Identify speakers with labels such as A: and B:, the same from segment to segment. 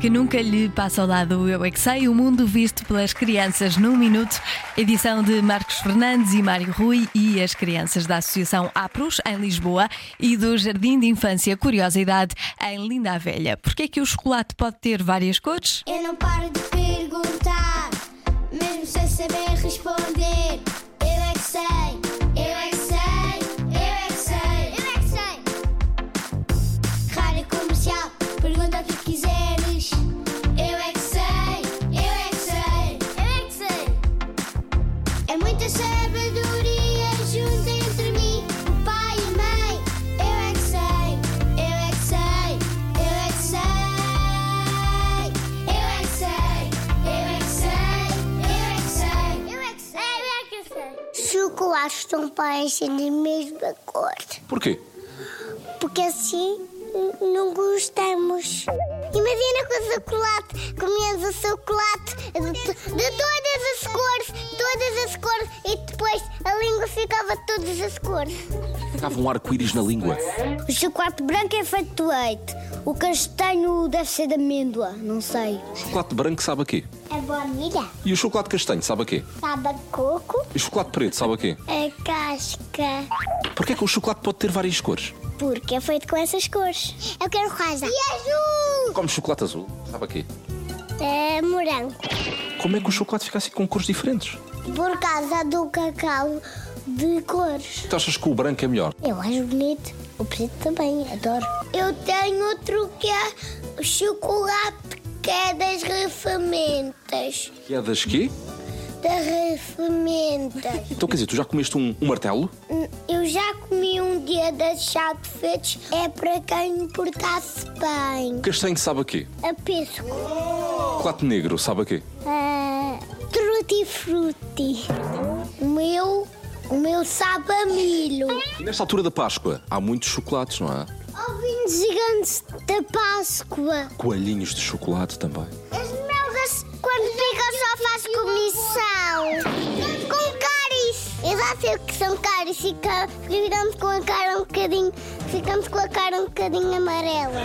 A: que nunca lhe passa ao lado o Eu É Que Sei, o mundo visto pelas crianças num minuto. Edição de Marcos Fernandes e Mário Rui e as crianças da Associação APROS em Lisboa e do Jardim de Infância Curiosidade em Linda a Velha. Porquê é que o chocolate pode ter várias cores?
B: Eu não paro de perguntar, mesmo sem saber responder. Eu é que sei, eu é que sei, eu é que sei, eu é que sei. Rádio comercial, pergunta o que quiseres. Eu é que sei, eu é que sei, eu é que sei. É muita sabedoria junto entre mim, o pai e a mãe. Eu é que sei, eu é que sei, eu é que sei. Eu é que sei, eu é que sei, eu é que sei, eu é que sei, eu é que sei.
C: Chocolates estão parecendo a mesma cor,
D: Porquê?
C: porque assim n- não gostamos. Imagina que o chocolate, comias o chocolate de, to- de todas as cores, todas as cores, e depois a língua ficava de todas as cores.
D: Ficava um arco-íris na língua.
C: O chocolate branco é feito de leite, o castanho deve ser de amêndoa, não sei.
D: O chocolate branco sabe a quê?
C: É baunilha,
D: E o chocolate castanho sabe a quê?
C: sabe coco,
D: E o chocolate preto sabe a quê?
C: é casca.
D: Porquê é que o chocolate pode ter várias cores?
C: Porque é feito com essas cores. Eu quero rosa. E azul!
D: Como chocolate azul, sabe a quê?
C: É morango.
D: Como é que o chocolate fica assim com cores diferentes?
C: Por causa do cacau de cores.
D: Tu achas que o branco é melhor?
C: Eu acho bonito. O preto também, adoro. Eu tenho outro que é chocolate que é das refermentas.
D: Que é das quê?
C: Das refermentas.
D: Então quer dizer, tu já comeste um, um martelo?
C: Eu já comi um dia das chá de feitos. É para quem portar-se bem.
D: O castanho sabe a quê?
C: A pesco.
D: O chocolate negro sabe a quê?
C: Ah, Tutti frutti. O meu, o meu sabe a milho.
D: E nesta altura da Páscoa há muitos chocolates, não há?
C: Ovinhos gigantes da Páscoa.
D: Coelhinhos de chocolate também.
C: As melgas, quando ficam, só faz comissão. Com cáries. Eu já sei o que são cáries. Fica- Ficamos com a cara um bocadinho... Ficamos com a cara um bocadinho amarela.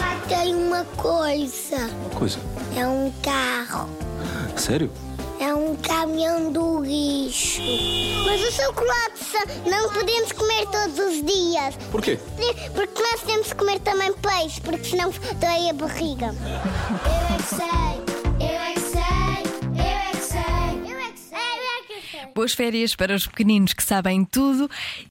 C: Lá tem uma coisa.
D: Uma coisa.
C: É um carro.
D: Sério?
C: É um caminhão do lixo. Mas o chocolate só- não podemos comer todos os dias.
D: Porquê?
C: Porque nós temos que comer também peixe, porque senão dói a barriga.
B: Eu é que sei, eu é que sei, eu é que sei, eu é que sei, eu é que sei.
A: Boas férias para os pequeninos que sabem tudo